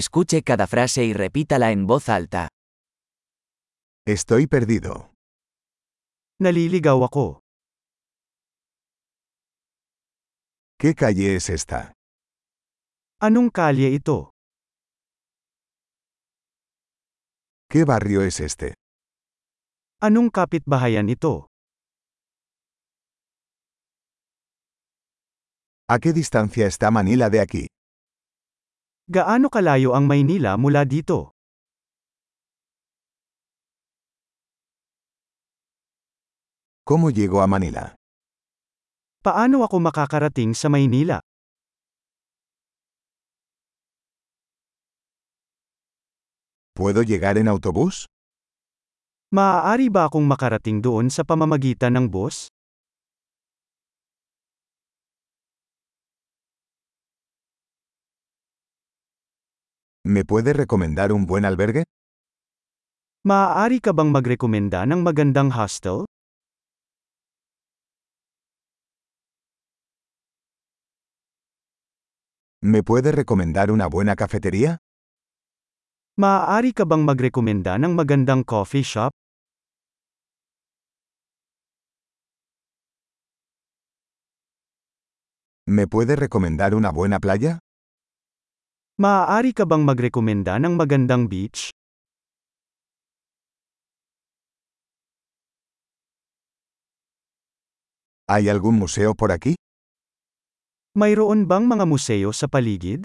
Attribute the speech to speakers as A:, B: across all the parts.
A: Escuche cada frase y repítala en voz alta.
B: Estoy perdido.
C: Naliligaw ako.
B: ¿Qué calle es esta?
C: Anong kalye ito?
B: ¿Qué barrio es este?
C: Anong kapitbahayan ito?
B: ¿A qué distancia está Manila de aquí?
C: Gaano kalayo ang Maynila mula dito?
B: ¿Cómo llego a Manila?
C: Paano ako makakarating sa Maynila?
B: ¿Puedo llegar en autobús?
C: Maaari ba akong makarating doon sa pamamagitan ng bus?
B: ¿Me puede recomendar un buen albergue?
C: Maaari ka bang magrekomenda ng magandang hostel?
B: ¿Me puede recomendar una buena cafetería?
C: Maaari ka bang magrekomenda ng magandang coffee shop?
B: ¿Me puede recomendar una buena playa?
C: Maaari ka bang magrekomenda ng magandang beach?
B: ¿Hay algún museo por aquí?
C: Mayroon bang mga museo sa paligid?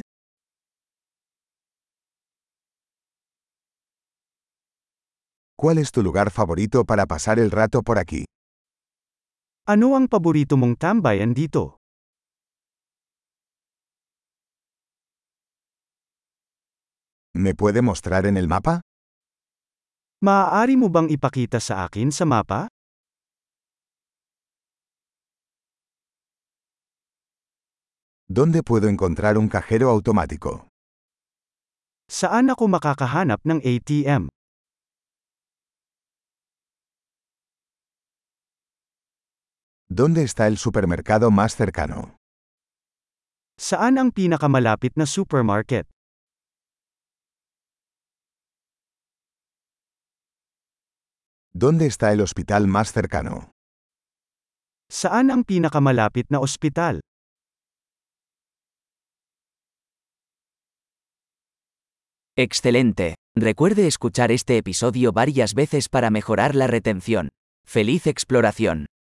B: ¿Cuál es tu lugar favorito para pasar el rato por aquí?
C: Ano ang paborito mong tambayan dito?
B: ¿Me puede mostrar en el mapa?
C: Maaari mo bang ipakita sa akin sa mapa?
B: ¿Dónde puedo encontrar un cajero automático?
C: Saan ako makakahanap ng ATM?
B: ¿Dónde está el supermercado más cercano?
C: Saan ang pinakamalapit na supermarket?
B: ¿Dónde está el hospital más cercano?
C: Saan ang pinakamalapit na ospital?
A: Excelente. Recuerde escuchar este episodio varias veces para mejorar la retención. ¡Feliz exploración!